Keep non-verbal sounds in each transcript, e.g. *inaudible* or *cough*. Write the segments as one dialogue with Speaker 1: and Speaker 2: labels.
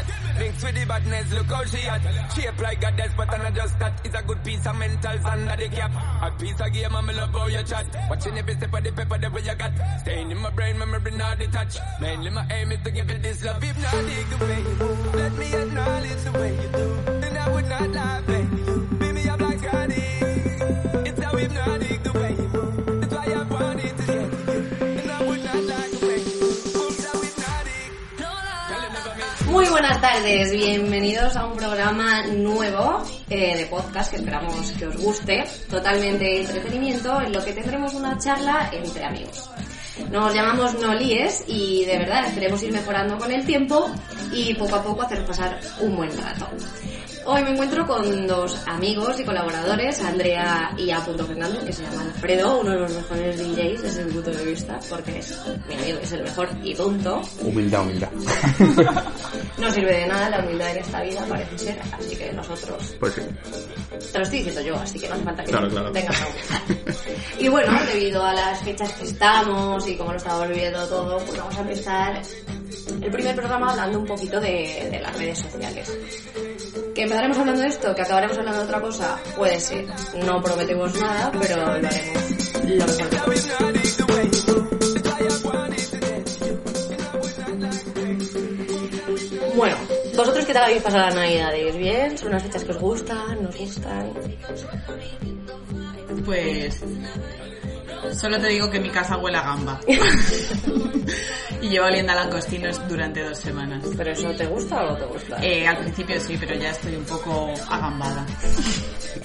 Speaker 1: with the badness, look how she had. Shape like a death, but I'm just that. It's a good piece of mental under the cap. A piece of game, I'm love how you chat. Watching every step of the paper, the way you got. Staying in my brain, memory not detached. Mainly my aim is to give it this love. If not, dig the way you move. Let me acknowledge the way you do. Then I would not lie, baby. You beat me up like Johnny. It's how hypnotic the way you move. That's why I wanted to get to you. And I would not lie, the way you move. Moves how hypnotic. Tell them never meant
Speaker 2: Muy buenas tardes, bienvenidos a un programa nuevo eh, de podcast que esperamos que os guste, totalmente de entretenimiento, en lo que tendremos una charla entre amigos. Nos llamamos No Líes y de verdad esperemos ir mejorando con el tiempo y poco a poco hacer pasar un buen rato. Hoy me encuentro con dos amigos y colaboradores, Andrea y A. Fernando, que se llama Alfredo, uno de los mejores DJs desde mi punto de vista, porque es mi amigo, es el mejor y punto.
Speaker 3: Humildad, humildad.
Speaker 2: No sirve de nada la humildad en esta vida, parece ser, así que nosotros.
Speaker 3: Pues sí.
Speaker 2: Te lo estoy diciendo yo, así que no hace falta que
Speaker 3: Claro, claro.
Speaker 2: tengas humildad. Y bueno, debido a las fechas que estamos y como lo estamos viviendo todo, pues vamos a empezar el primer programa hablando un poquito de, de las redes sociales. ¿Que empezaremos hablando de esto? ¿Que acabaremos hablando de otra cosa? Puede ser. No prometemos nada, pero lo haremos lo mejor.
Speaker 1: how hypnotic the way you move. That's why I wanted to get to you. And I would not lie, the way you move. Moves how hypnotic.
Speaker 2: Bueno, ¿vosotros qué tal habéis pasado las navidades? ¿Bien? ¿Son unas fechas que os gustan? ¿Nos gustan?
Speaker 4: Pues solo te digo que mi casa huele a gamba. y llevo oliendo a langostinos durante dos semanas.
Speaker 2: ¿Pero eso te gusta o no te gusta?
Speaker 4: Eh, al principio sí, pero ya estoy un poco agambada.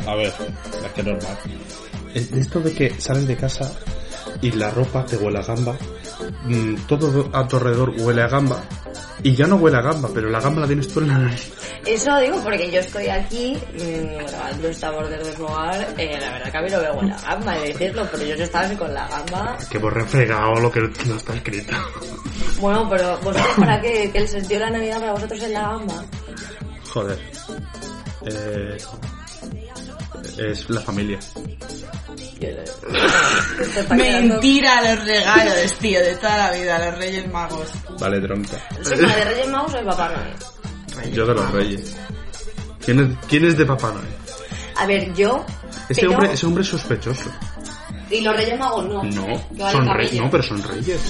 Speaker 5: A ver, es que normal. Es de esto de que sales de casa y la ropa te huele a gamba, mm, todo a tu alrededor huele a gamba, y ya no huele a gamba, pero la gamba la tienes tú en la nariz. *laughs*
Speaker 2: Eso digo porque yo estoy aquí mm, grabando esta border del hogar. Eh, la verdad que a mí no me huele a gamba de decirlo, pero yo no estaba con la gamba.
Speaker 5: Ah, Que por refregado lo que no está escrito. *laughs*
Speaker 2: Bueno, pero vosotros para qué? que el sentido de la Navidad para vosotros es la gamba.
Speaker 5: Joder. Eh, es la familia.
Speaker 2: Yo no- Estoy paqueando.
Speaker 4: Mentira los regalos, tío, de toda la vida, los Reyes Magos.
Speaker 5: Vale, tronca.
Speaker 2: ¿Soy madre de Reyes Magos o de Papá Noel?
Speaker 5: *laughs* Yo de los reyes. ¿Quién es, quién es de Papá Noel?
Speaker 2: A ver, yo.
Speaker 5: Ese
Speaker 2: pero-
Speaker 5: hombre, ese hombre es sospechoso.
Speaker 2: Y los Reyes Magos no. Que
Speaker 5: No,
Speaker 2: vale
Speaker 5: son
Speaker 2: el
Speaker 5: reyes.
Speaker 2: cabello.
Speaker 5: No, pero son
Speaker 2: *laughs*
Speaker 5: reyes.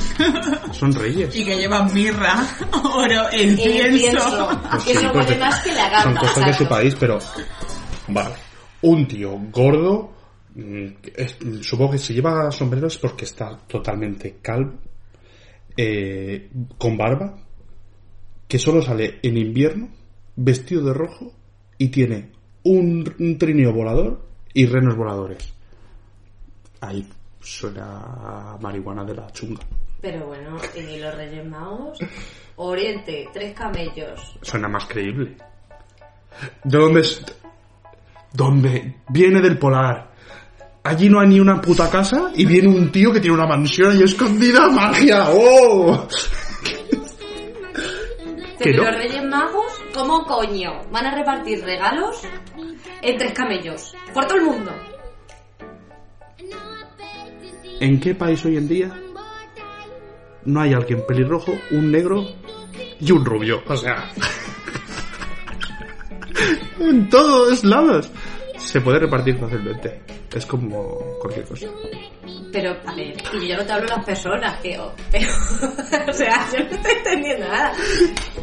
Speaker 5: Son reyes.
Speaker 4: Y que llevan mirra, *laughs* oro, el
Speaker 2: Y el
Speaker 4: pienso.
Speaker 2: Eh, pienso. Que no vale más que la gamba.
Speaker 5: Pues Son cosas de su
Speaker 2: exacto.
Speaker 5: país, pero... Vale. Un tío gordo... mm, es- Supongo que si lleva sombreros porque está totalmente calvo, eh, con barba, que solo sale en invierno, vestido de rojo y tiene un, un trineo volador y renos voladores. Ahí suena a marihuana de la chunga.
Speaker 2: Pero bueno, y los Reyes Magos. Oriente, tres camellos.
Speaker 5: Suena más creíble. ¿De dónde es? ¿Dónde? Viene del polar. Allí no hay ni una puta casa y viene un tío que tiene una mansión ahí escondida. ¡Magia! ¡Oh! *laughs* Que
Speaker 2: Pero
Speaker 5: no.
Speaker 2: los Reyes Magos, ¿cómo coño? Van a repartir regalos en tres camellos. Por todo el mundo.
Speaker 5: ¿En qué país hoy en día no hay alguien pelirrojo, un negro y un rubio? O sea... *laughs* en todos lados. Se puede repartir fácilmente. Es como cualquier cosa.
Speaker 2: Pero, a ver, y yo no te hablo de las personas, que... o- Pero, *laughs* o sea, yo no estoy entendiendo nada.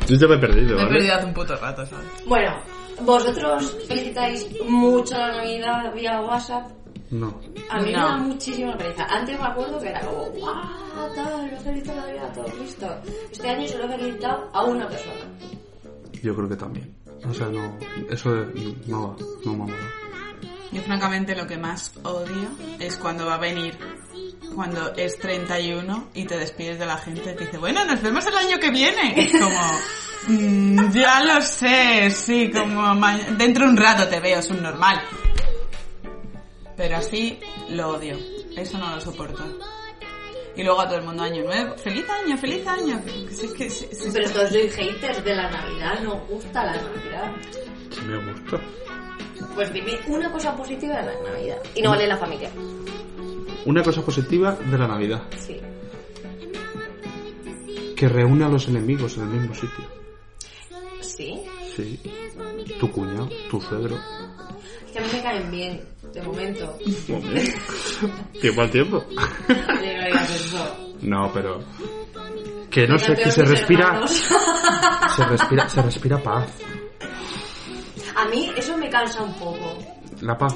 Speaker 5: Yo ya me he perdido,
Speaker 4: Me he
Speaker 5: ¿vale?
Speaker 4: perdido hace un puto rato, ¿sabes?
Speaker 2: Bueno, vosotros felicitáis mucho la Navidad vía WhatsApp.
Speaker 5: No.
Speaker 2: A mí me
Speaker 4: No.
Speaker 2: da muchísima pereza. Antes me acuerdo que era como, ¡guau! Tal, lo he felicitado la Navidad, todo listo. Este año solo he felicitado a una persona.
Speaker 5: Yo creo que también. O sea, no. Eso de- no va, no mola.
Speaker 4: Yo francamente lo que más odio es cuando va a venir, cuando es 31 y te despides de la gente y te dice, bueno, nos vemos el año que viene. Es como, "Mm, ya lo sé, sí, como ma- dentro de un rato te veo, es un normal. Pero así lo odio, eso no lo soporto. Y luego a todo el mundo año nuevo, feliz año, feliz año. Si es que- si- si-
Speaker 2: Pero todos soy haters de la Navidad, no os gusta la Navidad.
Speaker 5: Sí me gusta.
Speaker 2: Pues dime una cosa positiva de la Navidad. Y no vale la familia.
Speaker 5: Una cosa positiva de la Navidad.
Speaker 2: Sí.
Speaker 5: Que reúne a los enemigos en el mismo sitio.
Speaker 2: Sí.
Speaker 5: Sí. Tu cuñado, tu suegro.
Speaker 2: Que no me caen bien, de *laughs* momento.
Speaker 5: *laughs* Hombre. Tiempo al tiempo.
Speaker 2: Yo pues, no digas eso.
Speaker 5: No, pero. Que no
Speaker 2: Me
Speaker 5: sé,
Speaker 2: caen
Speaker 5: que
Speaker 2: peor
Speaker 5: se
Speaker 2: mis
Speaker 5: respira.
Speaker 2: hermanos.
Speaker 5: Se respira, se respira paz.
Speaker 2: A mí eso me cansa un poco.
Speaker 5: La paz.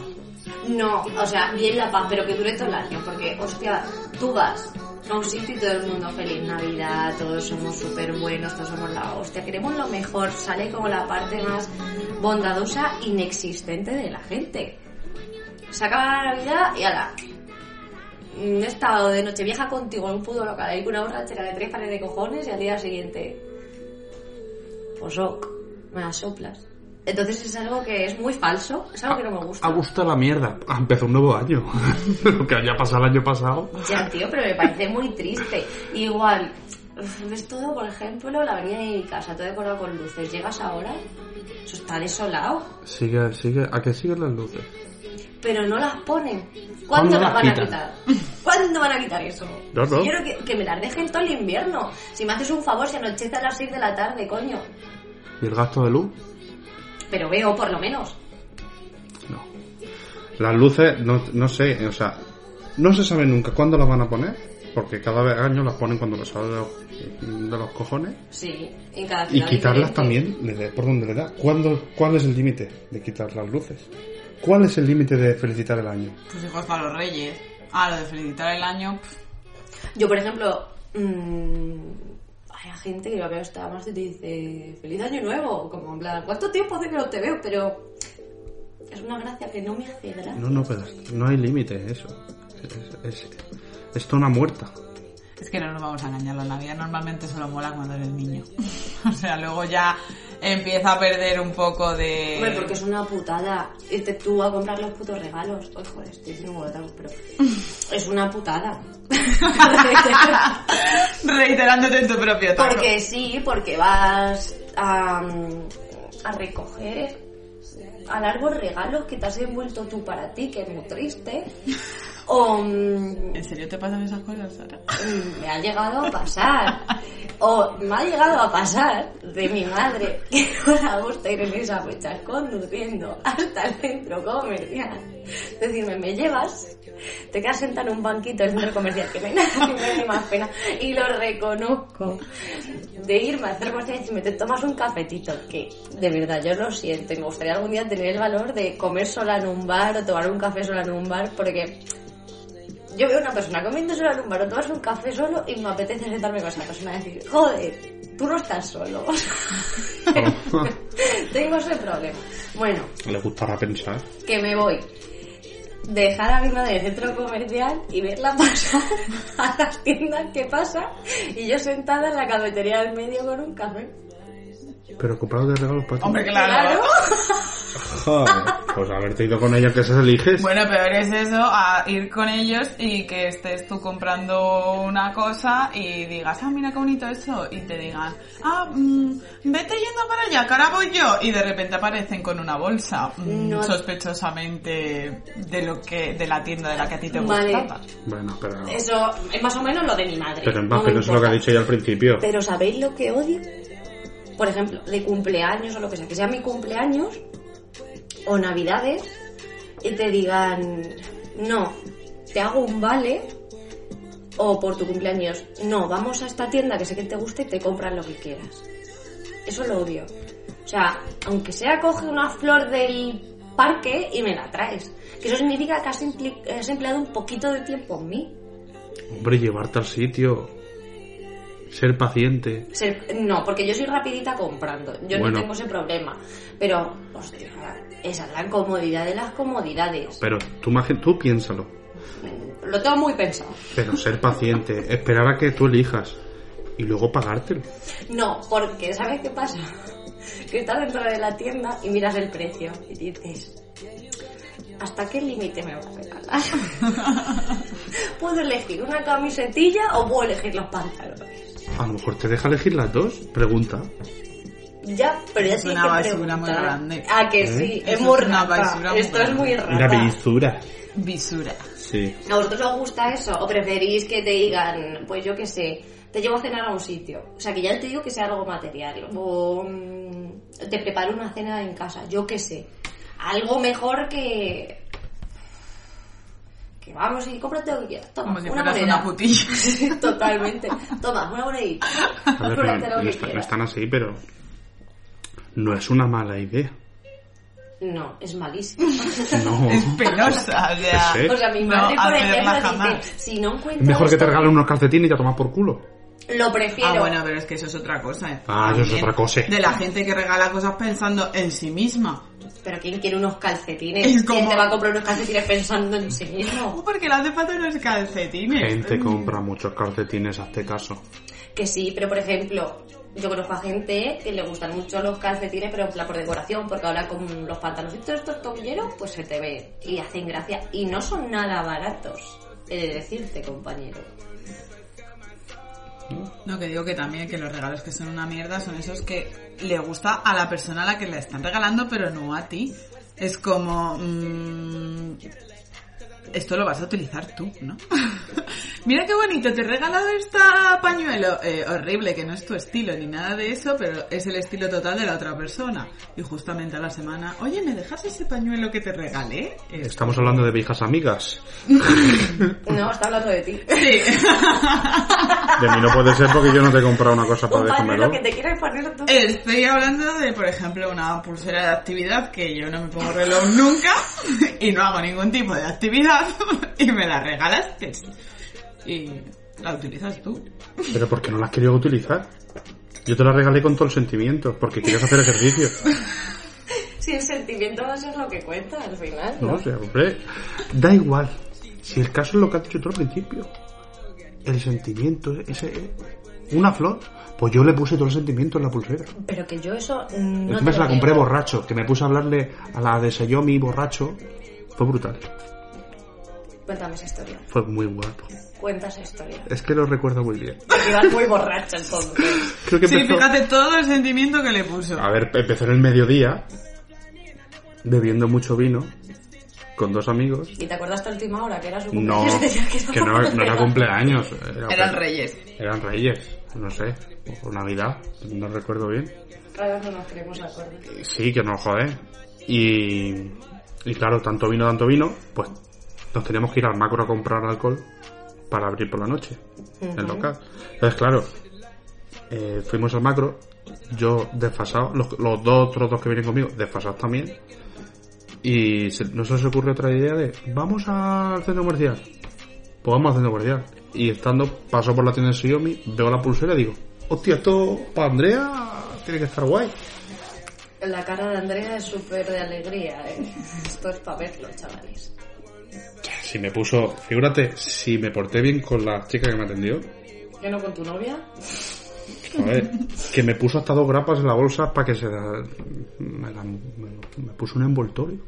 Speaker 2: No, o sea, bien la paz, pero que dure todo el año, porque, hostia, tú vas a un sitio y todo el mundo feliz Navidad, todos somos súper buenos, todos somos la hostia, queremos lo mejor, sale como la parte más bondadosa, inexistente de la gente. Se acaba la Navidad y ala. Mm, He estado de noche vieja contigo en un puto local, ahí con una borrachera de tres pares de cojones y al día siguiente pues ok, me la soplas. Entonces es algo que es muy falso, es algo que no me gusta.
Speaker 5: Ha gustado la mierda. Ah, Empezó un nuevo año. *laughs* Lo que haya pasado el año pasado.
Speaker 2: Ya, tío, pero me parece muy triste. Igual, uf, ves todo, por ejemplo, la avenida de mi casa, todo decorado con luces. Llegas ahora, eso está desolado,
Speaker 5: Sigue, sigue. ¿A que siguen las luces?
Speaker 2: pero no las ponen. ¿Cuándo
Speaker 5: ¿Cuándo
Speaker 2: las
Speaker 5: las
Speaker 2: van a
Speaker 5: quitan?
Speaker 2: quitar? ¿Cuándo van a quitar eso?
Speaker 5: No, no.
Speaker 2: Si Quiero que, que me las dejen todo el invierno. Si me haces un favor, se anochece a las 6 de la tarde, coño.
Speaker 5: ¿Y el gasto de luz?
Speaker 2: Pero veo, por lo menos.
Speaker 5: No. Las luces, no, no sé, o sea, no se sabe nunca cuándo las van a poner, porque cada vez año las ponen cuando les sale de los, de los cojones.
Speaker 2: Sí, en cada
Speaker 5: Y
Speaker 2: ciudad
Speaker 5: quitarlas
Speaker 2: diferente.
Speaker 5: también, le dé por donde le da. ¿Cuándo, ¿Cuál es el límite de quitar las luces? ¿Cuál es el límite de felicitar el año?
Speaker 4: Pues igual para los reyes. Ah, lo de felicitar el año. pff.
Speaker 2: Yo, por ejemplo, mm, hay gente que lo veo hasta más y te dice feliz año nuevo, como en plan, ¿cuánto tiempo hace que no te veo? Pero es una gracia que no me hace gracia.
Speaker 5: No, no, pero no hay límite eso. Es, es, esto una muerta.
Speaker 4: Es que no nos vamos a engañar, la Navidad normalmente solo mola cuando eres niño. *laughs* o sea, luego ya empieza a perder un poco de...
Speaker 2: Hombre, porque es una putada irte tú a comprar los putos regalos. Oye, joder, estoy diciendo molotov, pero es una putada.
Speaker 4: Reiterándote en tu propio tono.
Speaker 2: Porque sí, porque vas a, mm, a recoger al árbol regalos que te has envuelto tú para ti, que es muy triste. O mm,
Speaker 4: ¿En serio te pasan esas cosas, Sara?
Speaker 2: mm, me ha llegado a pasar. O me ha llegado a pasar de mi madre que no le gusta ir en esas fechas conduciendo hasta el centro comercial. Decirme, me llevas, te quedas sentada en un banquito del centro comercial, que pena, que me da más pena. Y lo reconozco. De irme al centro comercial y decirme, te tomas un cafetito, que de verdad yo lo siento. y Me gustaría algún día tener el valor de comer sola en un bar o tomar un café sola en un bar, porque yo veo a una persona comiendo sola en un bar o tomas un café solo y me apetece sentarme con esa persona y decir, joder, tú no estás solo. *laughs* Tengo ese problema. Bueno,
Speaker 5: *laughs* Le gustará pensar.
Speaker 2: que me voy. Dejar a mi madre en el centro comercial y verla pasar *laughs* a las tiendas que pasa y yo sentada en la cafetería del medio con un café.
Speaker 5: Pero comprado de regalos para ti.
Speaker 4: Hombre, claro.
Speaker 5: Joder, pues haberte ido con ella que se eliges.
Speaker 4: Bueno, peor es eso, a ir con ellos y que estés tú comprando una cosa y digas, ah, mira qué bonito eso, y te digan, ah, mm, vete yendo para allá, que ahora voy yo, y de repente aparecen con una bolsa, mm,
Speaker 2: No.
Speaker 4: sospechosamente de lo que, de la tienda de la que a ti te
Speaker 2: Vale.
Speaker 4: gustaba.
Speaker 5: Bueno, pero...
Speaker 2: Eso es más o menos lo de mi madre.
Speaker 5: Pero en
Speaker 2: No
Speaker 5: más
Speaker 2: me
Speaker 5: que no es lo que ha
Speaker 2: importa.
Speaker 5: dicho ella al principio.
Speaker 2: Pero ¿sabéis lo que odio? Por ejemplo, de cumpleaños o lo que sea, que sea mi cumpleaños o navidades y te digan, no, te hago un vale o por tu cumpleaños, no, vamos a esta tienda que sé que te gusta y te compras lo que quieras. Eso lo odio. O sea, aunque sea coge una flor del parque y me la traes. Que eso significa que has, impli- has empleado un poquito de tiempo en mí.
Speaker 5: Hombre, llevarte al sitio. Ser paciente.
Speaker 2: Ser- no, porque yo soy rapidita comprando. Yo
Speaker 5: Bueno.
Speaker 2: no tengo ese problema. Pero, hostia, esa es la comodidad de las comodidades.
Speaker 5: Pero tú, imagi- tú piénsalo.
Speaker 2: Lo tengo muy pensado. *laughs*
Speaker 5: Pero ser paciente. Esperar a que tú elijas. Y luego pagártelo.
Speaker 2: No, porque ¿sabes qué pasa? *laughs* Que estás dentro de la tienda y miras el precio y dices, ¿hasta qué límite me vas a regalar? *laughs* ¿Puedo elegir una camisetilla o puedo elegir los pantalones?
Speaker 5: A lo mejor te deja elegir las dos. Pregunta.
Speaker 2: Ya, pero ya
Speaker 4: Es
Speaker 2: tienes
Speaker 4: una
Speaker 2: que
Speaker 4: basura muy
Speaker 2: preguntar.
Speaker 4: grande.
Speaker 2: Ah, que
Speaker 5: ¿Eh?
Speaker 2: sí, es
Speaker 4: Eso
Speaker 2: muy
Speaker 4: es una
Speaker 2: rata.
Speaker 4: basura muy
Speaker 2: Esto es muy rata.
Speaker 5: Una bellezura.
Speaker 4: Visura.
Speaker 5: Sí.
Speaker 2: ¿A vosotros os gusta eso? ¿O preferís que te digan, pues yo qué sé, te llevo a cenar a un sitio. O sea, que ya te digo que sea algo material. O mm, te preparo una cena en casa, yo qué sé. Algo mejor que... Que vamos y cómprate lo que quieras. Toma,
Speaker 4: Como si
Speaker 2: una
Speaker 4: fueras
Speaker 2: moneda. *laughs*
Speaker 4: una putilla.
Speaker 2: Totalmente. Toma, una monedita.
Speaker 5: A ver,
Speaker 2: Cómprate
Speaker 5: no,
Speaker 2: lo
Speaker 5: no
Speaker 2: que
Speaker 5: está- no
Speaker 2: quieras.
Speaker 5: están así, pero no es una mala idea.
Speaker 2: *laughs* No, es malísimo.
Speaker 5: No.
Speaker 4: Es penosa, o sea.
Speaker 5: Pues sí.
Speaker 2: *laughs* O sea, mi
Speaker 4: No,
Speaker 2: madre, por
Speaker 4: hacerla
Speaker 2: ejemplo,
Speaker 4: jamás.
Speaker 2: dice, si no encuentro
Speaker 5: Mejor que
Speaker 2: esto,
Speaker 5: te regalen unos calcetines y ya tomas por culo.
Speaker 2: Lo prefiero.
Speaker 4: Ah, bueno, pero es que eso es otra cosa. eh.
Speaker 5: Ah, eso es
Speaker 4: También.
Speaker 5: otra cosa.
Speaker 4: De la gente que regala cosas pensando en sí misma.
Speaker 2: Pero ¿quién quiere unos calcetines?
Speaker 4: Es
Speaker 2: ¿Quién
Speaker 4: como-
Speaker 2: te va a comprar unos calcetines pensando en sí
Speaker 4: Oh,
Speaker 2: mismo?
Speaker 4: porque le hace falta unos calcetines.
Speaker 5: Gente compra muchos calcetines, hazte caso.
Speaker 2: Que sí, pero por ejemplo, yo conozco a gente que le gustan mucho los calcetines, pero en plan por decoración, porque ahora con los pantaloncitos estos toquilleros, pues se te ve y hacen gracia. Y no son nada baratos, he de decirte, compañero.
Speaker 4: No, que digo que también que los regalos que son una mierda son esos que le gusta a la persona a la que le están regalando, pero no a ti. Es como... mm, esto lo vas a utilizar tú, ¿no? *laughs* Mira qué bonito, te he regalado este pañuelo. Eh, horrible, que no es tu estilo ni nada de eso, pero es el estilo total de la otra persona. Y justamente a la semana, oye, ¿me dejas ese pañuelo que te regalé? Es-
Speaker 5: Estamos hablando de viejas amigas.
Speaker 2: No, está hablando de ti.
Speaker 4: Sí.
Speaker 5: De mí no puede ser porque yo no te he comprado una cosa para
Speaker 2: Un pañuelo
Speaker 5: dejármelo.
Speaker 2: que te quieres poner tú.
Speaker 4: Estoy hablando de, por ejemplo, una pulsera de actividad que yo no me pongo reloj nunca y no hago ningún tipo de actividad *laughs* y me la regalas que es- y la utilizas tú.
Speaker 5: Pero porque no las quería utilizar. Yo te las regalé con todo el sentimiento, porque querías hacer ejercicio.
Speaker 2: Si el sentimiento va a ser lo que cuenta al final.
Speaker 5: No, o sea, hombre, da igual. Si el caso es lo que has dicho tú al principio. El sentimiento, ese, una flor, pues yo le puse todo el sentimiento en la pulsera.
Speaker 2: Pero que yo eso mm, no
Speaker 5: Encima
Speaker 2: te
Speaker 5: se la
Speaker 2: lo
Speaker 5: compré
Speaker 2: niego.
Speaker 5: borracho, que me puse a hablarle a la de Sayomi borracho. Fue brutal,
Speaker 2: Cuéntame esa historia.
Speaker 5: fue muy guapo.
Speaker 2: Cuenta esa
Speaker 5: *laughs*
Speaker 2: historia.
Speaker 5: Es que lo recuerdo muy bien.
Speaker 2: Porque ibas muy borracha entonces.
Speaker 5: Creo que
Speaker 4: Sí,
Speaker 5: empezó- Ah,
Speaker 4: fíjate todo el sentimiento que le puso.
Speaker 5: A ver, empezó en el mediodía, bebiendo mucho vino, con dos amigos.
Speaker 2: ¿Y te acuerdas hasta última hora que era su
Speaker 4: *laughs*
Speaker 5: No,
Speaker 2: cumpleaños? *laughs* Decía
Speaker 5: que no, no era
Speaker 2: *laughs*
Speaker 5: cumpleaños. Era,
Speaker 4: Eran reyes.
Speaker 5: Eran reyes, no sé, o Navidad, no recuerdo bien.
Speaker 2: Ahora no nos queremos acordar.
Speaker 5: Sí, que no, joder. Y, y claro, tanto vino, tanto vino, pues nos teníamos que ir al macro a comprar alcohol para abrir por la noche, el local. Entonces, claro, eh, fuimos al macro, yo desfasado, los, los dos otros dos que vienen conmigo desfasados también. Y se- no se les ocurre otra idea de, vamos al centro comercial. Pues vamos al centro comercial. Y estando, paso por la tienda de Xiaomi, veo la pulsera y digo, hostia, esto para Andrea tiene que estar guay.
Speaker 2: La cara de Andrea es súper de alegría, ¿eh? Esto es para verlo, chavales.
Speaker 5: Si me puso, figúrate, si me porté bien con la chica que me atendió,
Speaker 2: ¿Yo no con tu novia?
Speaker 5: joder, *laughs* que me puso hasta dos grapas en la bolsa para que se la- me, la- me- me puso un envoltorio.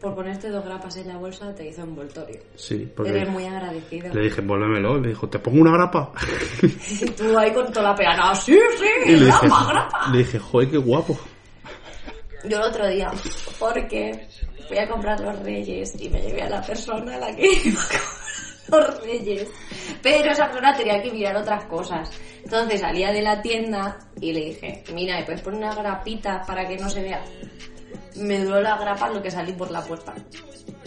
Speaker 2: Por ponerte dos grapas en la bolsa te hizo envoltorio.
Speaker 5: Sí, porque
Speaker 2: Eres muy agradecido.
Speaker 5: le dije, envuélvemelo, y le dijo, ¿te pongo una grapa?
Speaker 2: *laughs*
Speaker 5: *laughs*
Speaker 2: Y tú ahí con toda la peana, sí, sí,
Speaker 5: Y le
Speaker 2: grapa,
Speaker 5: dije,
Speaker 2: grapa.
Speaker 5: le dije, joder, qué guapo.
Speaker 2: Yo el otro día, porque fui a comprar los reyes y me llevé a la persona a la que *laughs* iba a comprar los reyes. Pero esa persona tenía que mirar otras cosas. Entonces salía de la tienda y le dije, mira, ¿me puedes poner una grapita para que no se vea? Me duró la grapa lo que salí por la puerta.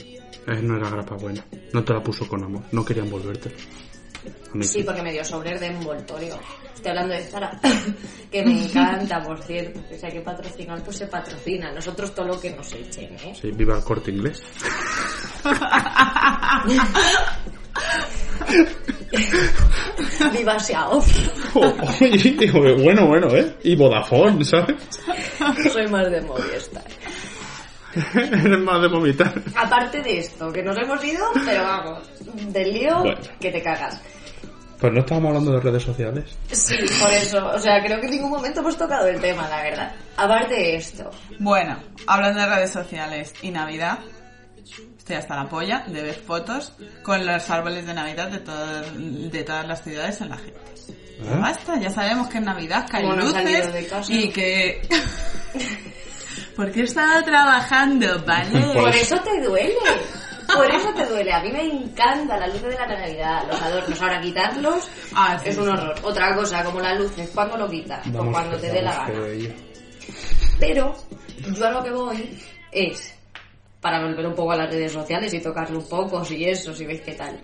Speaker 5: Eh, no era grapa buena, no te la puso con amor, no quería envolverte. A mí
Speaker 2: Sí, porque me dio sobres de envoltorio. Estoy hablando de Zara, *laughs* que me encanta, por cierto. que Si hay que patrocinar, pues se patrocina. Nosotros todo lo que nos echen, ¿eh?
Speaker 5: Sí, viva el corte inglés. *laughs*
Speaker 2: Viva Xiao. *laughs*
Speaker 5: Oh, Y bueno, bueno, ¿eh? Y Vodafone, ¿sabes? *laughs*
Speaker 2: Soy más de Movistar.
Speaker 5: Eres más de vomitar.
Speaker 2: Aparte de esto, que nos hemos ido, pero vamos, del lío
Speaker 5: Bueno.
Speaker 2: que te cagas.
Speaker 5: Pues no estábamos hablando de redes sociales.
Speaker 2: Sí, por eso. O sea, creo que en ningún momento hemos tocado el tema, la verdad. Aparte de esto,
Speaker 4: Bueno, hablando de redes sociales y Navidad, estoy hasta la polla de ver fotos con los árboles de Navidad de, todas- de todas las ciudades en la gente.
Speaker 5: ¿Eh?
Speaker 4: Basta, ya sabemos que en Navidad caen
Speaker 2: Como no han salido de
Speaker 4: luces
Speaker 2: casa.
Speaker 4: y que... *laughs* Porque he estado trabajando, ¿vale?
Speaker 5: Por
Speaker 2: *laughs* por
Speaker 5: eso.
Speaker 2: eso te duele. Por eso te duele. A mí me encanta la luz de la Navidad, los adornos. Ahora quitarlos
Speaker 4: Ah, sí,
Speaker 2: es un
Speaker 4: sí.
Speaker 2: horror. Otra cosa, como las luces, cuando lo quitas? o
Speaker 5: Vamos,
Speaker 2: cuando te dé la
Speaker 5: vamos,
Speaker 2: gana.
Speaker 5: que ello.
Speaker 2: Pero yo a lo que voy es, para volver un poco a las redes sociales y tocarlo un poco, si eso, si veis qué tal.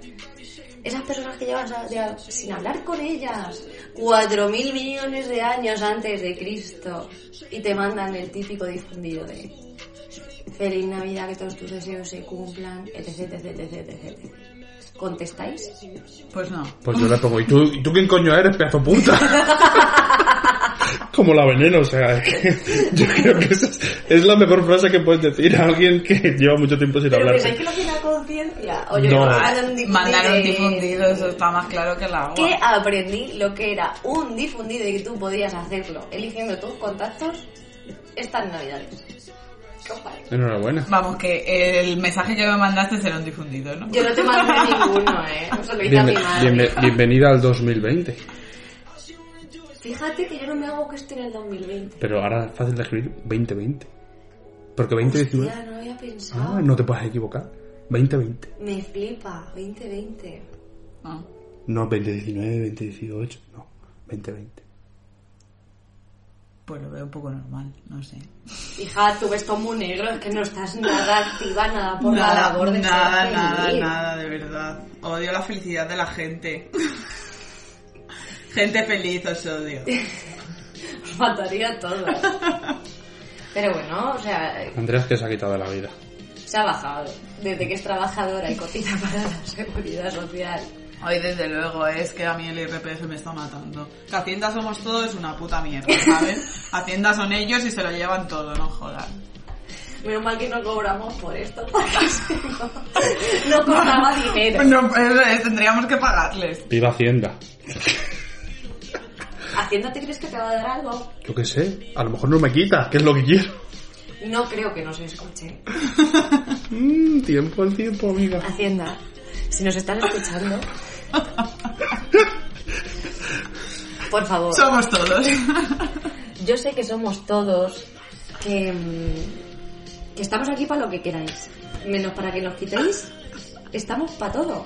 Speaker 2: Esas personas que llevas a- ya sin hablar con ellas cuatro mil millones de años antes de Cristo y te mandan el típico difundido de Feliz Navidad, que todos tus deseos se cumplan, etc, etc, etc, etc. ¿Contestáis?
Speaker 4: Pues no.
Speaker 5: Pues yo le pongo, ¿y tú, ¿y tú quién coño eres,
Speaker 2: *laughs*
Speaker 5: pedazo puta? Como la veneno, o sea, es que *laughs* yo creo que esa es, es la mejor frase que puedes decir a alguien que lleva mucho tiempo sin
Speaker 2: ¿Pero
Speaker 5: hablar.
Speaker 2: pensáis que lo tiene a conciencia? ¿O yo
Speaker 5: No.
Speaker 2: no, mandan un difundido
Speaker 4: Mandaron
Speaker 2: de-
Speaker 4: difundido, eso está más claro que el agua.
Speaker 2: que aprendí lo que era un difundido y que tú podías hacerlo eligiendo tus contactos estas navidades. ¿Qué os parece?
Speaker 5: Enhorabuena.
Speaker 4: Vamos, que el mensaje que me mandaste será un difundido, ¿no?
Speaker 2: Yo no
Speaker 4: *laughs*
Speaker 2: te mandé ninguno, ¿eh? Se lo hice a mi
Speaker 5: Bienve-
Speaker 2: madre.
Speaker 5: bienve- bienvenida al 2020.
Speaker 2: Fíjate que yo no me hago que esté en el 2020.
Speaker 5: Pero ahora es fácil de escribir 2020. Porque 2019...
Speaker 2: Ya no había pensado.
Speaker 5: Ah, no te puedes equivocar. 2020.
Speaker 2: Me flipa, 2020.
Speaker 4: No.
Speaker 5: No 2019, 2018. No, 2020.
Speaker 4: Pues lo veo un poco normal, no sé.
Speaker 2: Hija, tú ves como un negro, es que no estás nada activa, nada por la
Speaker 4: nada,
Speaker 2: labor de ser
Speaker 4: nada, nada,
Speaker 2: feliz. *laughs*
Speaker 4: nada, de verdad. Odio la felicidad de la gente. gente feliz os odio.
Speaker 2: Os faltaría
Speaker 4: *laughs*
Speaker 2: todo. Pero bueno, o sea,
Speaker 5: Andrés que se ha quitado la vida.
Speaker 2: Se ha bajado. Desde que es trabajadora y cotiza para la seguridad social.
Speaker 4: Hoy desde luego es que a mí el IRPF me está matando. Que Hacienda somos todos es una puta *laughs* mierda, ¿sabes? Hacienda son ellos y se lo llevan todo, no jodan.
Speaker 2: Menos mal que no cobramos por esto, porque si no, no cobraba dinero.
Speaker 4: No, eso es, tendríamos que pagarles.
Speaker 5: Viva Hacienda.
Speaker 2: Hacienda, ¿te crees que te va a dar algo?
Speaker 5: Yo qué sé, a lo mejor no me quita, que es lo que quiero.
Speaker 2: No creo que nos escuche.
Speaker 5: Mmm, tiempo al tiempo, amiga.
Speaker 2: Hacienda, si nos están escuchando... Por favor.
Speaker 4: Somos todos.
Speaker 2: Yo sé que somos todos, que, mm, que estamos aquí para lo que queráis, menos para que nos quitéis, estamos para todo.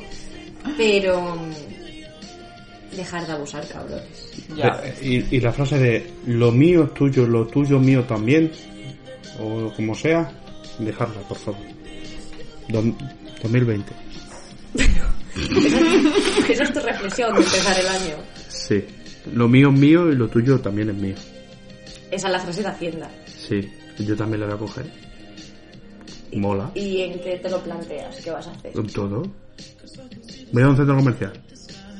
Speaker 2: Pero mm, dejar de abusar, cabrones. *laughs*
Speaker 4: ya.
Speaker 5: Eh, Y, y la frase de lo mío es tuyo, lo tuyo mío también, o como sea, dejarla, por favor. Dom- 2020.
Speaker 2: Esa es tu reflexión de empezar el año.
Speaker 5: Sí. Lo mío es mío y lo tuyo también es mío.
Speaker 2: Esa es la frase de Hacienda.
Speaker 5: Sí. Yo también la voy a coger. Mola.
Speaker 2: ¿Y en qué te lo planteas? ¿Qué vas a hacer?
Speaker 5: Con todo. Voy a un centro comercial.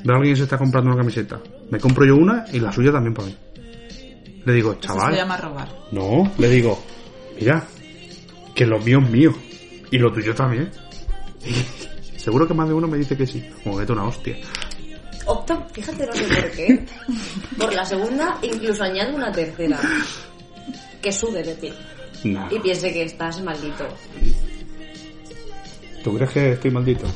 Speaker 5: Veo a alguien que se está comprando una camiseta. Me compro yo una y la suya también para mí. Le digo,
Speaker 4: Eso
Speaker 5: chaval.
Speaker 4: se llama robar.
Speaker 5: No, le digo, mira, que lo mío es mío y lo tuyo también. *laughs* Seguro que más de uno me dice que sí. Como vete una hostia.
Speaker 2: Opto, fíjate, no sé por qué. Por la segunda, incluso añado una tercera. Que sude de ti
Speaker 5: Nah.
Speaker 2: y piense que estás maldito.
Speaker 5: ¿Tú crees que estoy maldito?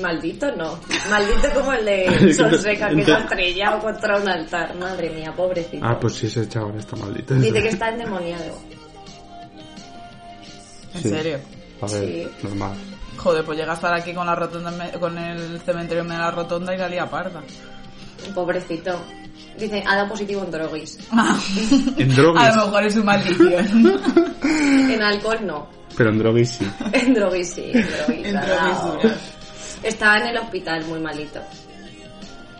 Speaker 2: Maldito no. Maldito como el de Sonseca que se ha
Speaker 5: *laughs* Entonces-
Speaker 2: estrellado contra un altar. Madre mía, pobrecito.
Speaker 5: Ah, pues sí, ese chaval está maldito.
Speaker 2: Dice que está endemoniado.
Speaker 4: En
Speaker 5: Sí.
Speaker 4: serio.
Speaker 5: *laughs* A ver, normal.
Speaker 4: Joder, pues llega a estar aquí con la rotonda, en me- con el cementerio en medio de la rotonda y la lía
Speaker 5: *laughs*
Speaker 4: parda.
Speaker 2: Pobrecito. Dice, ha dado positivo en droguis.
Speaker 5: En drogas.
Speaker 2: Ah,
Speaker 4: A lo mejor es su
Speaker 5: *laughs*
Speaker 4: maldición.
Speaker 2: En alcohol no.
Speaker 5: Pero en drogas sí.
Speaker 2: En droguis sí. En droguis.
Speaker 4: En
Speaker 2: ha dado.
Speaker 4: travisuras.
Speaker 2: Está en el hospital muy malito.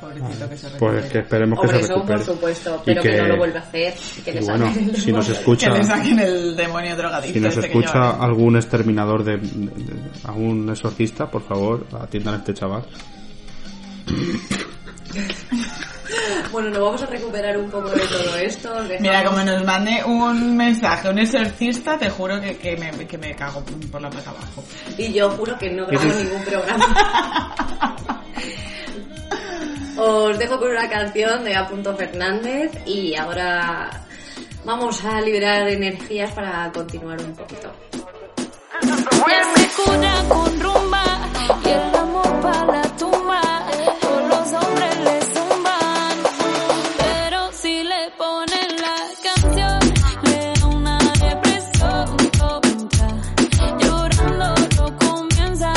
Speaker 4: Pobrecito que se
Speaker 5: Pues es que
Speaker 4: recupere.
Speaker 5: esperemos que
Speaker 2: Hombre,
Speaker 5: se
Speaker 2: eso
Speaker 5: recupere.
Speaker 2: por supuesto,
Speaker 5: Y
Speaker 2: pero que... no lo vuelva a hacer. Que le
Speaker 5: y bueno,
Speaker 2: saquen el
Speaker 5: si nos
Speaker 2: demonio.
Speaker 5: escucha,
Speaker 4: Que le saquen el demonio drogadicto.
Speaker 5: si nos
Speaker 4: este que
Speaker 5: escucha
Speaker 4: lleva.
Speaker 5: algún exterminador de, de- de- algún exorcista, por favor, atiendan a este chaval.
Speaker 2: Bueno, nos vamos a recuperar un poco de todo esto. dejamos-
Speaker 4: Mira, como nos mande un mensaje, un exorcista, te juro que, que, me, que me cago por la plata abajo.
Speaker 2: Y yo juro que no grabo
Speaker 5: Eso es-
Speaker 2: ningún programa. Os dejo con una canción de A. Fernández y ahora vamos a liberar energías para continuar un poquito.
Speaker 3: La cuna con rumba y el amor para la tumba. Todos los hombres le zumban, pero si le ponen la canción, le da una depresión tonta. Llorando lo comienza a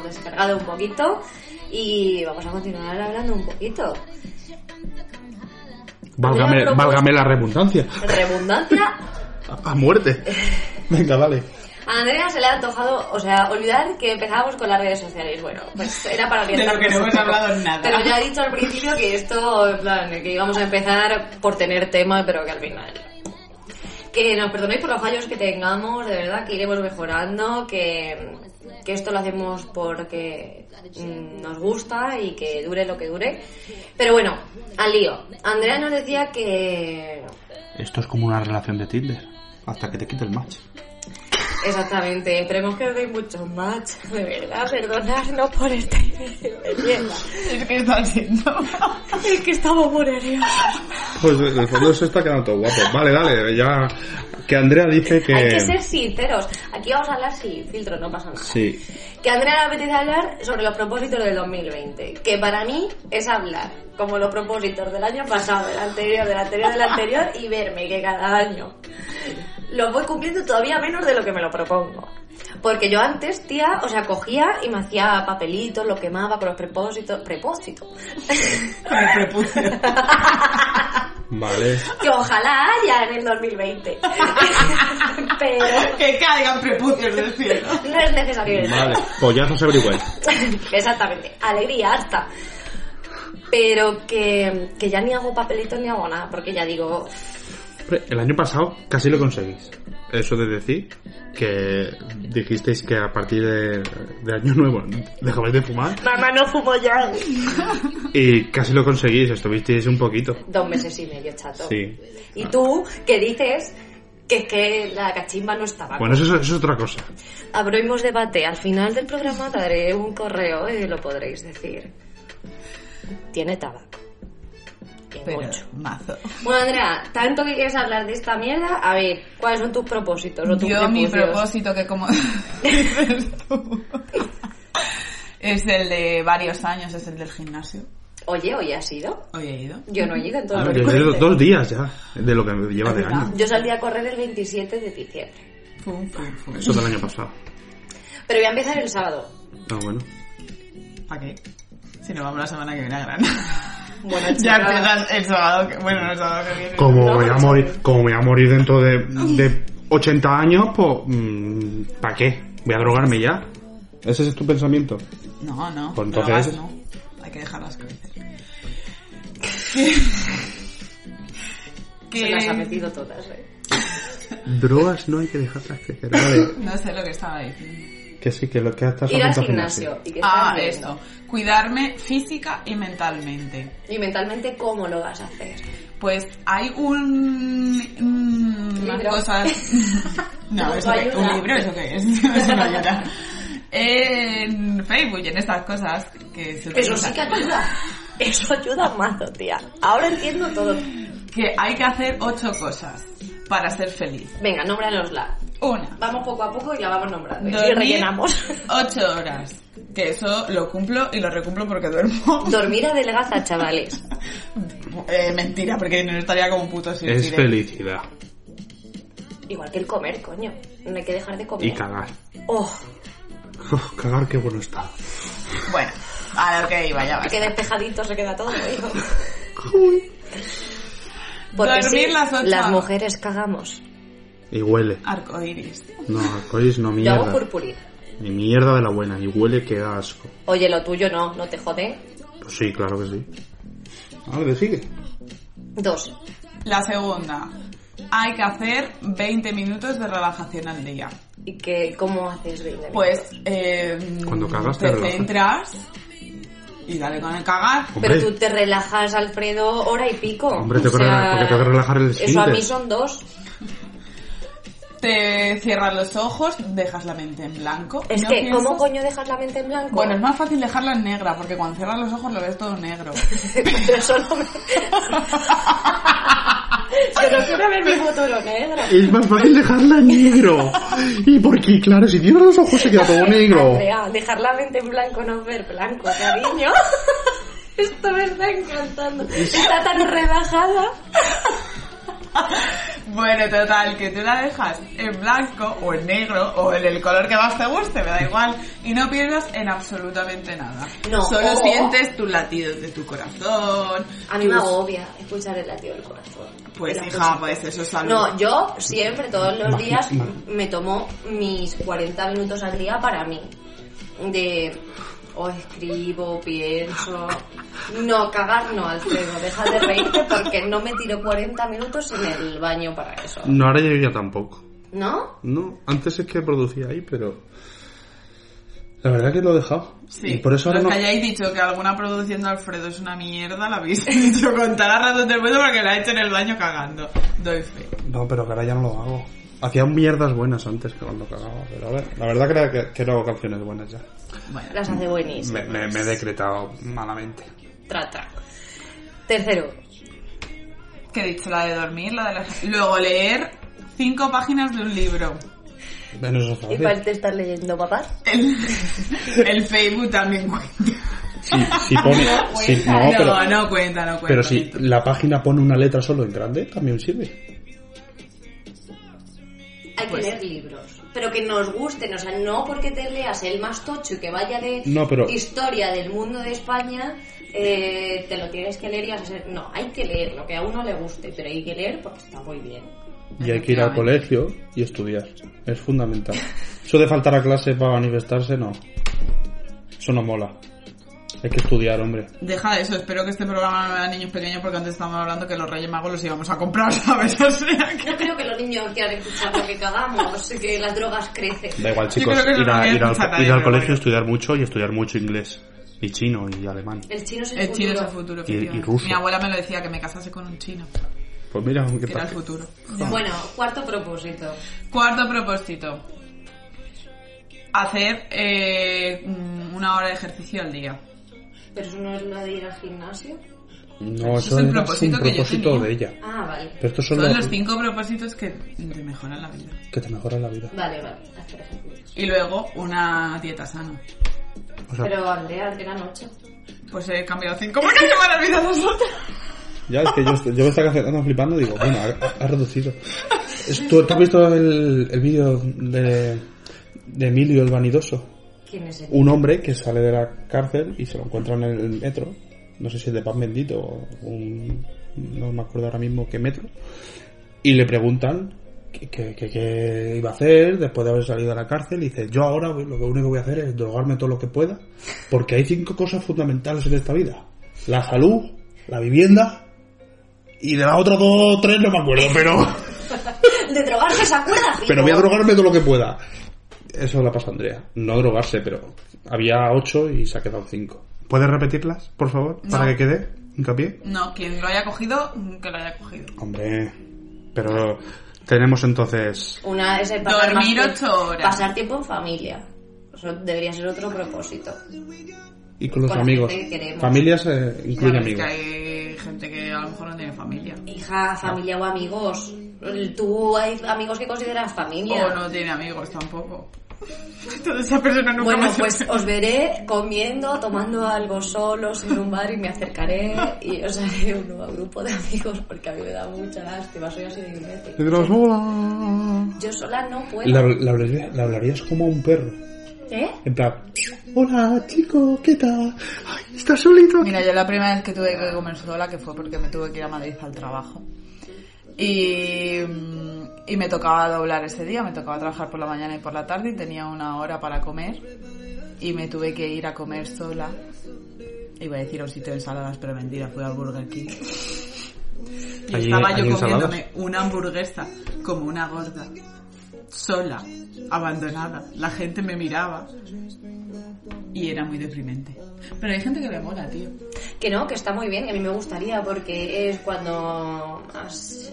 Speaker 2: pues alargado un poquito y vamos a continuar hablando un poquito.
Speaker 5: Válgame,
Speaker 2: Había
Speaker 5: válgame la redundancia.
Speaker 2: Redundancia
Speaker 5: A, a muerte. Venga, vale.
Speaker 2: A Andrea se le ha antojado, o sea, olvidar que empezábamos con las redes sociales. Bueno, pues era para orientar.
Speaker 4: De lo que no hemos hablado nada.
Speaker 2: Pero ya he dicho al principio que esto, en plan, que íbamos a empezar por tener tema, pero que al final. Que nos perdonéis por los fallos que tengamos, de verdad que iremos mejorando, que, que esto lo hacemos porque mm, nos gusta y que dure lo que dure. Pero bueno, al lío. Andrea nos decía que
Speaker 5: Esto es como una relación de Tinder. Hasta que te quite el match.
Speaker 2: Exactamente, esperemos que os deis muchos match, de verdad, perdonadnos por este mierda.
Speaker 4: Es que está haciendo. *laughs*
Speaker 2: Es que estamos muy nerviosos.
Speaker 5: Pues en el fondo se está quedando todo guapo. Vale, dale, ya. Que Andrea dice que.
Speaker 2: Hay que ser sinceros, aquí vamos a hablar sin filtro, no pasa nada.
Speaker 5: Sí.
Speaker 2: Que a Andrea le apetece hablar sobre los propósitos del 2020, que para mí es hablar como los propósitos del año pasado, del anterior, del anterior, del anterior y verme que cada año los voy cumpliendo todavía menos de lo que me lo propongo. Porque yo antes, tía, o sea, cogía y me hacía papelitos, lo quemaba con los propósitos, prepósitos.
Speaker 4: Con el prepucio.
Speaker 5: Vale.
Speaker 2: que ojalá haya en el
Speaker 5: *laughs*
Speaker 2: 2020. Pero
Speaker 4: Que caigan prepucios del cielo.
Speaker 2: no es necesario. eso.
Speaker 5: Vale. Pollazos everywhere.
Speaker 2: Exactamente. Alegría hasta. Pero que, que ya ni hago papelitos ni hago nada, porque ya digo,
Speaker 5: Hombre, El año pasado casi lo conseguís. Eso de decir que dijisteis que a partir de, de año nuevo dejabais de fumar
Speaker 2: mamá no fumo ya.
Speaker 5: y casi lo conseguís, estuvisteis un poquito.
Speaker 2: Dos meses y medio, chato.
Speaker 5: Sí.
Speaker 2: Y tú, que dices que es que la cachimba no estaba.
Speaker 5: Bueno, eso, es- eso es otra cosa.
Speaker 2: Abrimos debate. Al final del programa te daré un correo y lo podréis decir. Tiene tabaco. Y
Speaker 4: Pero,
Speaker 2: mucho.
Speaker 4: mazo.
Speaker 2: Bueno, Andrea, tanto que quieres hablar de esta mierda, a ver, ¿cuáles son tus propósitos? O tus
Speaker 4: Yo mi
Speaker 2: prejuicios?
Speaker 4: propósito que como *laughs* dices tú, es el de varios años, es el del gimnasio.
Speaker 2: Oye, ¿hoy has ido?
Speaker 4: Hoy he ido.
Speaker 2: Yo no he ido en todo
Speaker 5: A
Speaker 2: el
Speaker 5: ver, yo llevo Ah, dos días ya de lo que lleva de año.
Speaker 2: Yo salí a correr el 27 de diciembre.
Speaker 4: Fum, fum, fum.
Speaker 5: Eso del año pasado.
Speaker 2: Pero voy a empezar el sábado.
Speaker 5: Ah, bueno.
Speaker 4: ¿Para qué? Si no vamos la semana que viene a Granada.
Speaker 2: Bueno,
Speaker 4: *laughs* ya
Speaker 2: chica.
Speaker 4: empiezas el sábado que, bueno, no el sábado que viene.
Speaker 5: Como
Speaker 2: No, pues,
Speaker 5: voy a
Speaker 2: no,
Speaker 5: morir, como voy a morir dentro de, de 80 años, pues ¿para qué? Voy a drogarme ya. Ese es tu pensamiento.
Speaker 4: No, no.
Speaker 5: Pues
Speaker 4: drogas
Speaker 5: entonces-
Speaker 4: no. Hay que dejarlas crecer.
Speaker 2: Se las ha
Speaker 4: que...
Speaker 2: metido todas, ¿eh?
Speaker 5: Drogas no hay que dejarlas crecer. Vale.
Speaker 4: No sé lo que estaba diciendo.
Speaker 5: Que sí, que lo que estás
Speaker 2: Ir al
Speaker 5: apuntando
Speaker 2: gimnasio. Y que
Speaker 4: Ah,
Speaker 2: estás viendo.
Speaker 4: esto. Cuidarme física y mentalmente.
Speaker 2: Y mentalmente, ¿cómo lo vas a hacer?
Speaker 4: Pues hay un... mm, unas
Speaker 2: Libro. *laughs*
Speaker 4: cosas... no,
Speaker 2: No,
Speaker 4: eso que, un
Speaker 2: ayuda.
Speaker 4: libro, ¿eso qué es? *laughs* Eso no ayuda. En Facebook y en estas cosas que
Speaker 2: Eso
Speaker 4: se utilizan.
Speaker 2: sí que ayuda. *laughs* Eso ayuda mazo, tía. Ahora entiendo todo.
Speaker 4: Que hay que hacer ocho cosas para ser feliz.
Speaker 2: Venga, nómbranosla.
Speaker 4: Una.
Speaker 2: Vamos poco a poco y la vamos nombrando. Y
Speaker 4: dormir
Speaker 2: rellenamos. *laughs*
Speaker 4: Ocho horas. Que eso lo cumplo y lo recumplo porque duermo.
Speaker 2: Dormir adelgaza, chavales.
Speaker 4: Eh, mentira, porque no estaría como un puto si
Speaker 5: Es
Speaker 4: si-
Speaker 5: felicidad.
Speaker 2: Igual que el comer, coño. No hay que dejar de comer.
Speaker 5: Y cagar.
Speaker 2: Oh,
Speaker 5: Uf, cagar, qué bueno está.
Speaker 4: Bueno, a lo que iba, ya vas.
Speaker 2: que despejadito se queda todo, hijo.
Speaker 4: Dormir
Speaker 2: sí,
Speaker 4: las ocho
Speaker 2: las
Speaker 4: horas.
Speaker 2: mujeres cagamos.
Speaker 5: Y huele.
Speaker 4: Arcoiris.
Speaker 5: No, alcoholis no
Speaker 2: Yo hago
Speaker 5: mierda.
Speaker 2: purpurina.
Speaker 5: Ni mierda de la buena. Y huele, qué asco.
Speaker 2: Oye, lo tuyo no, no te jode.
Speaker 5: Pues sí, claro que sí. A ver, sigue.
Speaker 2: Dos.
Speaker 4: La segunda. Hay que hacer 20 minutos de relajación al día.
Speaker 2: ¿Y que cómo haces 20
Speaker 4: Pues, eh,
Speaker 5: Cuando cagas, te
Speaker 4: te
Speaker 5: relajas.
Speaker 4: centras y dale con el cagar.
Speaker 5: Hombre,
Speaker 2: Pero tú te relajas, Alfredo, hora y pico.
Speaker 5: Hombre, tengo
Speaker 2: O
Speaker 5: que
Speaker 2: sea,
Speaker 5: relajar- porque tengo que relajar el
Speaker 2: Eso a
Speaker 5: esfínter.
Speaker 2: mí son dos.
Speaker 4: Te cierras los ojos, dejas la mente en blanco.
Speaker 2: Es
Speaker 4: no
Speaker 2: que,
Speaker 4: piensas-
Speaker 2: ¿cómo coño dejas la mente en blanco?
Speaker 4: Bueno, es más fácil dejarla en negra, porque cuando cierras los ojos lo ves todo negro.
Speaker 2: *laughs* Pero solo
Speaker 4: *laughs*
Speaker 2: me... Yo no quiero ver mi futuro ¿eh? negro.
Speaker 5: Es más fácil dejarla en negro. Y porque, claro, si tienes los ojos se queda todo negro.
Speaker 2: Andrea, Ah, dejar la mente en blanco no es ver blanco, cariño. *laughs* Esto me está encantando. Está tan relajada.
Speaker 4: Bueno, total, que tú la dejas en blanco o en negro o en el color que más te guste, me da igual, y no pierdas en absolutamente nada.
Speaker 2: No,
Speaker 4: Solo
Speaker 2: o-
Speaker 4: sientes tus latidos de tu corazón.
Speaker 2: A mí me
Speaker 4: tus-
Speaker 2: agobia escuchar el latido del corazón.
Speaker 4: Pues
Speaker 2: La
Speaker 4: hija,
Speaker 2: cosa.
Speaker 4: pues eso es algo.
Speaker 2: No, yo siempre, todos los
Speaker 5: Imagina-
Speaker 2: días, me tomo mis 40 minutos al día para mí. De. O escribo, pienso. No, cagar no, Alfredo. Deja de reírte porque no me tiro 40 minutos en el baño para eso.
Speaker 5: No, ahora yo ya tampoco.
Speaker 2: ¿No?
Speaker 5: No, antes es que producía ahí, pero... La verdad que lo he dejado.
Speaker 4: Sí,
Speaker 5: y por eso ahora
Speaker 4: los
Speaker 5: no...
Speaker 4: que hayáis dicho que alguna producción de Alfredo es una mierda, la habéis *laughs* dicho con tal razón del mundo porque la he hecho en el baño cagando. Doy fe.
Speaker 5: No, pero que ahora ya no lo hago. Hacía mierdas buenas antes que cuando cagaba, pero ahora... La verdad que, era- que, que no hago canciones buenas ya.
Speaker 4: Bueno.
Speaker 2: Las hace buenísimas.
Speaker 5: Me, me- me he decretado malamente.
Speaker 2: Trata. Tercero.
Speaker 4: que he dicho? La de dormir, la de las... Luego leer cinco páginas de un libro.
Speaker 5: Bueno, eso es
Speaker 2: ¿Y
Speaker 5: fácil.
Speaker 2: cuál te estás leyendo, papá?
Speaker 4: El, el Facebook también cuenta.
Speaker 5: Si, si
Speaker 4: *laughs*
Speaker 5: pone... si- no,
Speaker 4: no,
Speaker 5: pero...
Speaker 4: no cuenta, no cuenta.
Speaker 5: Pero si
Speaker 4: Víctor.
Speaker 5: la página pone una letra solo en grande, también sirve.
Speaker 2: Hay
Speaker 4: Pues-
Speaker 2: que leer libros, pero que nos gusten, o sea, no porque te leas el más tocho y que vaya de
Speaker 5: No, pero-
Speaker 2: historia del mundo de España, eh, te lo tienes que leer y vas a ser... No, hay que leer lo que a uno le guste, pero hay que leer porque está muy bien.
Speaker 5: Y hay que ir al colegio y estudiar. Es fundamental. Eso de faltar a clase para manifestarse, no. Eso no mola. Hay que estudiar, hombre.
Speaker 4: Deja de eso, espero que este programa no vea niños pequeños porque antes estábamos hablando que los Reyes Magos los íbamos a comprar, *laughs* ¿sabes? O sea que...
Speaker 2: No creo que los niños quieran escuchar lo que cagamos, que las drogas crecen.
Speaker 5: Da igual, chicos.
Speaker 4: creo que eso
Speaker 5: Ir,
Speaker 4: no
Speaker 5: a-
Speaker 4: voy a
Speaker 5: ir al,
Speaker 4: escuchar nadie,
Speaker 5: ir al
Speaker 4: pero
Speaker 5: colegio,
Speaker 4: bueno.
Speaker 5: estudiar mucho y estudiar mucho inglés. Y chino y alemán.
Speaker 2: El chino es el,
Speaker 4: El chino
Speaker 2: futuro.
Speaker 4: es el futuro,
Speaker 5: Y-
Speaker 4: efectivamente.
Speaker 5: y ruso.
Speaker 4: Mi abuela me lo decía, que me casase con un chino,
Speaker 5: Pues mira, aunque
Speaker 4: que era el
Speaker 5: tal.
Speaker 4: futuro.
Speaker 2: Bueno, cuarto propósito.
Speaker 4: Cuarto propósito. Hacer eh, mm, una hora de ejercicio al día.
Speaker 2: Pero eso no es lo de ir al gimnasio.
Speaker 5: No,
Speaker 4: Ese es el
Speaker 5: eso era- es un
Speaker 4: propósito
Speaker 5: propósito,
Speaker 4: que yo tenía.
Speaker 5: de ella.
Speaker 2: Ah, vale.
Speaker 5: Pero estos son,
Speaker 4: Son
Speaker 5: los,
Speaker 4: los cinco propósitos que te mejoran la vida.
Speaker 5: que te mejoran la vida.
Speaker 2: Vale, vale. las tres juntas.
Speaker 4: Y luego una dieta sana.
Speaker 5: O sea,
Speaker 2: Pero Andrea, eran ocho.
Speaker 4: Pues he cambiado cinco porque se me han olvidado las otras.
Speaker 5: Ya, es que yo, yo me estaba quedando flipando digo, bueno, ha, ha reducido. Es- ¿Tú, tú has visto el, el vídeo de, de Emilio el Vanidoso?
Speaker 2: ¿Quién es el
Speaker 5: Un hombre que sale de la cárcel y se lo encuentran en el metro, no sé si es de Pan Bendito o un, no me acuerdo ahora mismo qué metro, y le preguntan qué, qué- qué- qué iba a hacer después de haber salido de la cárcel y dice, yo ahora lo que único que voy a hacer es drogarme todo lo que pueda, porque hay cinco cosas fundamentales en esta vida. La salud, la vivienda y de las otras dos o tres no me acuerdo, pero,
Speaker 2: De drogarse se acuerda, fijo.
Speaker 5: pero voy a drogarme todo lo que pueda. Eso la pasa a Andrea. No drogarse, pero había ocho y se ha quedado cinco. ¿Puedes repetirlas, por favor, para
Speaker 4: No.
Speaker 5: que quede hincapié?
Speaker 4: No, quien lo haya cogido, que lo haya cogido.
Speaker 5: Hombre, pero tenemos entonces
Speaker 2: Una es el
Speaker 4: Dormir
Speaker 2: más
Speaker 4: ocho
Speaker 2: tiempo-
Speaker 4: horas.
Speaker 2: Pasar tiempo en familia. Eso debería ser otro propósito.
Speaker 5: Y con los
Speaker 2: Con la
Speaker 5: amigos.
Speaker 2: gente que queremos.
Speaker 5: Familias eh, incluyen
Speaker 4: Ya ves
Speaker 5: amigos.
Speaker 4: que hay gente que a lo mejor no tiene familia.
Speaker 2: Hija, familia o amigos. Tú hay amigos que consideras familia.
Speaker 4: O no tiene amigos tampoco. *laughs* Entonces esa persona nunca
Speaker 2: Bueno,
Speaker 4: más se-
Speaker 2: pues os veré comiendo, tomando algo solos en un bar y me acercaré y os haré *laughs* un nuevo grupo de amigos porque a mí me da mucha lástima, soy así de
Speaker 5: Y
Speaker 2: imbécil.
Speaker 5: dirás, "Hola".
Speaker 2: Yo sola no puedo.
Speaker 5: La, la hablaría- la hablarías como a un perro.
Speaker 2: ¿Eh?
Speaker 5: En plan, hola chico, ¿qué tal? Ay, ¿Estás solito?
Speaker 4: Mira, yo la primera vez que tuve que comer sola, que fue porque me tuve que ir a Madrid al trabajo. Y, mm, y me tocaba doblar ese día, me tocaba trabajar por la mañana y por la tarde y tenía una hora para comer. Y me tuve que ir a comer sola. Iba a decir a un sitio de ensaladas, pero mentira, fui al Burger
Speaker 5: *laughs*
Speaker 4: King. Y
Speaker 5: ¿Allí-
Speaker 4: estaba yo
Speaker 5: allí ensaladas?
Speaker 4: comiéndome una hamburguesa como una gorda, sola, abandonada. La gente me miraba y era muy deprimente. Pero hay gente que le mola, tío.
Speaker 2: Que no, que está muy bien, que a mí me gustaría porque es cuando más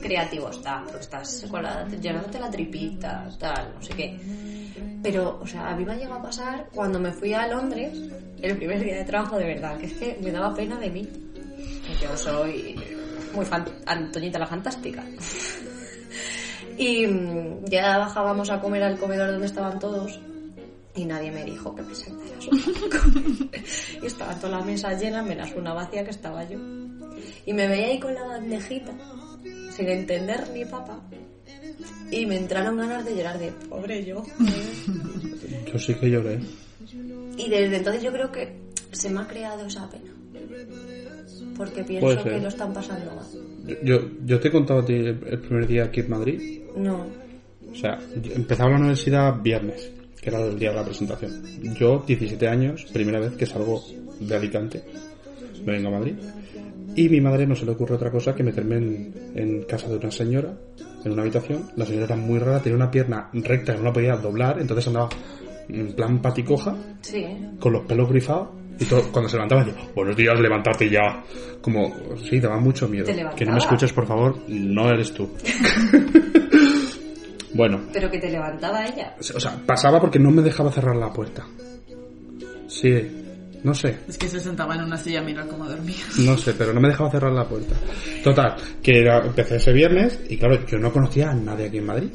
Speaker 2: creativo está, porque estás con la, llenándote la tripita, tal, no sé qué. Pero, o sea, a mí me ha llegado a pasar cuando me fui a Londres, el primer día de trabajo de verdad, que es que me daba pena de mí. que Yo soy muy fan, Antoñita la Fantástica. *laughs* Y mm, ya bajábamos a comer al comedor donde estaban todos y nadie me dijo que me sentara sola. y estaba toda la mesa llena menos una vacía que estaba yo. Y me veía ahí con la bandejita.
Speaker 6: sin entender ni papa. Y me entraron ganas de llorar de pobre yo.
Speaker 5: Yo sí que lloré.
Speaker 6: Y desde entonces yo creo que se me ha creado esa pena. Porque pienso
Speaker 5: Puede ser.
Speaker 6: que lo están pasando mal.
Speaker 5: Yo- Yo, yo te he contado a ti el el primer día aquí en Madrid.
Speaker 6: No.
Speaker 5: O sea, yo- empezaba la universidad viernes, que era el día de la presentación. Yo, 17 años, primera vez que salgo de Alicante, me vengo a Madrid. Y mi madre no se le ocurre otra cosa que meterme en, en casa de una señora, en una habitación. La señora era muy rara, tenía una pierna recta que no la podía doblar, entonces andaba en plan paticoja,
Speaker 6: Sí, ¿eh?
Speaker 5: con los pelos grifados. Y todo, cuando se levantaba, decía, buenos días, levantarte ya. Como, sí, daba mucho miedo.
Speaker 6: ¿Te
Speaker 5: Que no
Speaker 6: levantaba?
Speaker 5: me escuches, por favor, no eres tú. bueno,
Speaker 6: pero que te levantaba ella.
Speaker 5: o sea, pasaba porque no me dejaba cerrar la puerta. Sí, no sé,
Speaker 4: Es que se sentaba en una silla a mirar cómo dormía.
Speaker 5: no sé, pero no me dejaba cerrar la puerta. Total, que era- empecé ese viernes y claro, yo no conocía a nadie aquí en Madrid.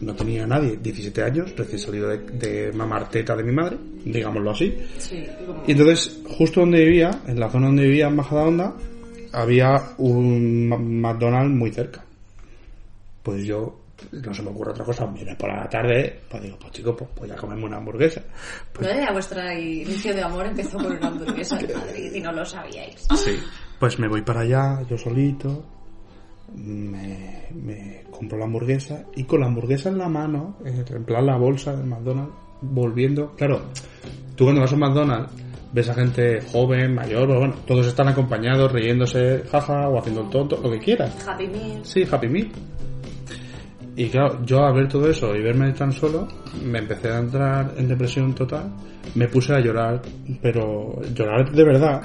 Speaker 5: No tenía a nadie, 17 años, recién salido de, de mamar teta de mi madre, digámoslo así.
Speaker 6: Sí, como-
Speaker 5: Y entonces, justo donde vivía, en la zona donde vivía, en Bajada Onda, había un Ma- McDonald's muy cerca. Pues yo, no se me ocurre otra cosa, viene por la tarde, pues digo, pues chico, pues voy a comerme una hamburguesa.
Speaker 2: ¿No era vuestra inicio de amor empezó con una hamburguesa en Madrid y no lo sabíais?
Speaker 5: Sí. Pues me voy para allá, yo solito, me, me compro la hamburguesa y con la hamburguesa en la mano, eh, en plan la bolsa de McDonald's, volviendo. Claro, tú cuando vas a un McDonald's ves a gente joven, mayor, o bueno, todos están acompañados, riéndose, jaja, o haciendo el tonto, lo que quieras.
Speaker 2: Happy Meal.
Speaker 5: Sí, Happy Meal. Y claro, yo al ver todo eso y verme tan solo, me empecé a entrar en depresión total, me puse a llorar, pero llorar de verdad.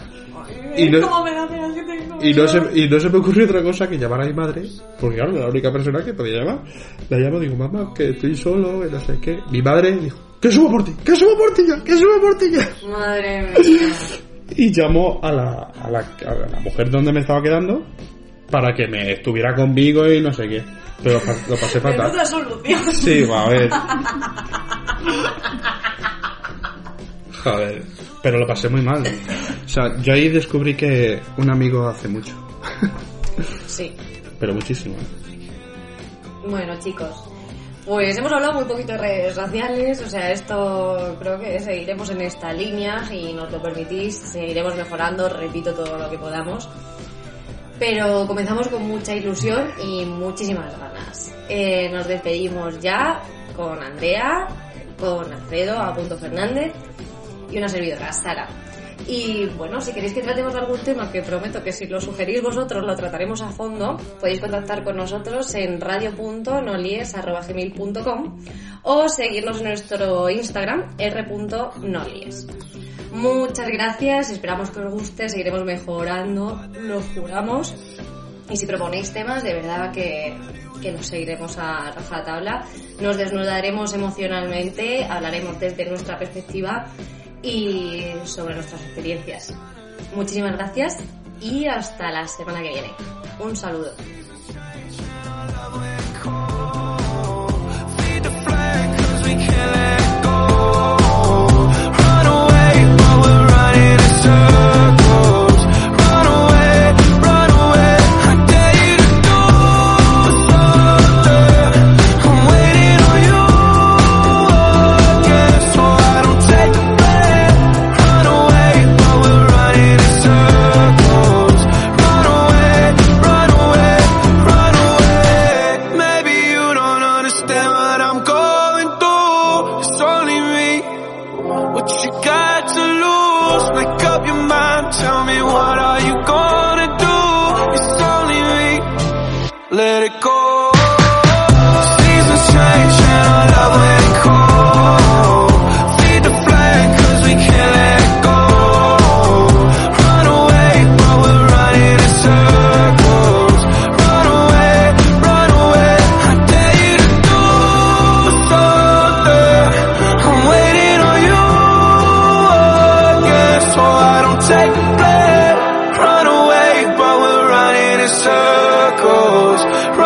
Speaker 5: Y
Speaker 4: *laughs*
Speaker 5: no-
Speaker 4: ¿Cómo me da pena que tengo?
Speaker 5: Eh. y no, se, y no se me ocurrió otra cosa que llamar a mi madre, porque claro, era la única persona que podía llamar. La llamo y digo, mamá, que estoy solo, que no sé qué. Mi madre dijo, que subo por ti, que subo por ti ya, que subo por ti ya.
Speaker 2: Madre mía.
Speaker 5: Y llamó a la, a la, a la mujer donde me estaba quedando para que me estuviera conmigo y no sé qué. Pero pa- lo pasé fatal.
Speaker 6: Menuda solución.
Speaker 5: Sí, va, a ver. Joder, pero lo pasé muy mal. O sea, yo ahí descubrí que un amigo hace mucho,
Speaker 2: Sí.
Speaker 5: pero muchísimo. ¿eh?
Speaker 2: Bueno, chicos. Pues hemos hablado muy poquito de redes sociales, o sea, esto creo que seguiremos en esta línea, si nos lo permitís, seguiremos mejorando, repito todo lo que podamos. Pero comenzamos con mucha ilusión y muchísimas ganas. Eh, nos despedimos ya con Andrea, con Alfredo, a punto Fernández y una servidora, Sara. Y bueno, si queréis que tratemos de algún tema, que prometo que si lo sugerís vosotros lo trataremos a fondo, podéis contactar con nosotros en radio.nolies.com o seguirnos en nuestro Instagram r.nolies. Muchas gracias, esperamos que os guste, seguiremos mejorando, lo juramos. Y si proponéis temas, de verdad que, que los seguiremos a rajatabla. Nos desnudaremos emocionalmente, hablaremos desde nuestra perspectiva y sobre nuestras experiencias. Muchísimas gracias y hasta la semana que viene. Un saludo.
Speaker 7: Maybe you don't understand what I'm going through. It's only me. What you got to lose? Make up your mind. Tell me what are you gonna do? It's only me. Let it go. Seasons change and our love went cold. Feed the flame 'cause we can't let go. Run away, but we're running in circles. Run away, run away. I dare you to do something. I'm waiting on you again, so I don't take the blame. Run away, but we're running in circles.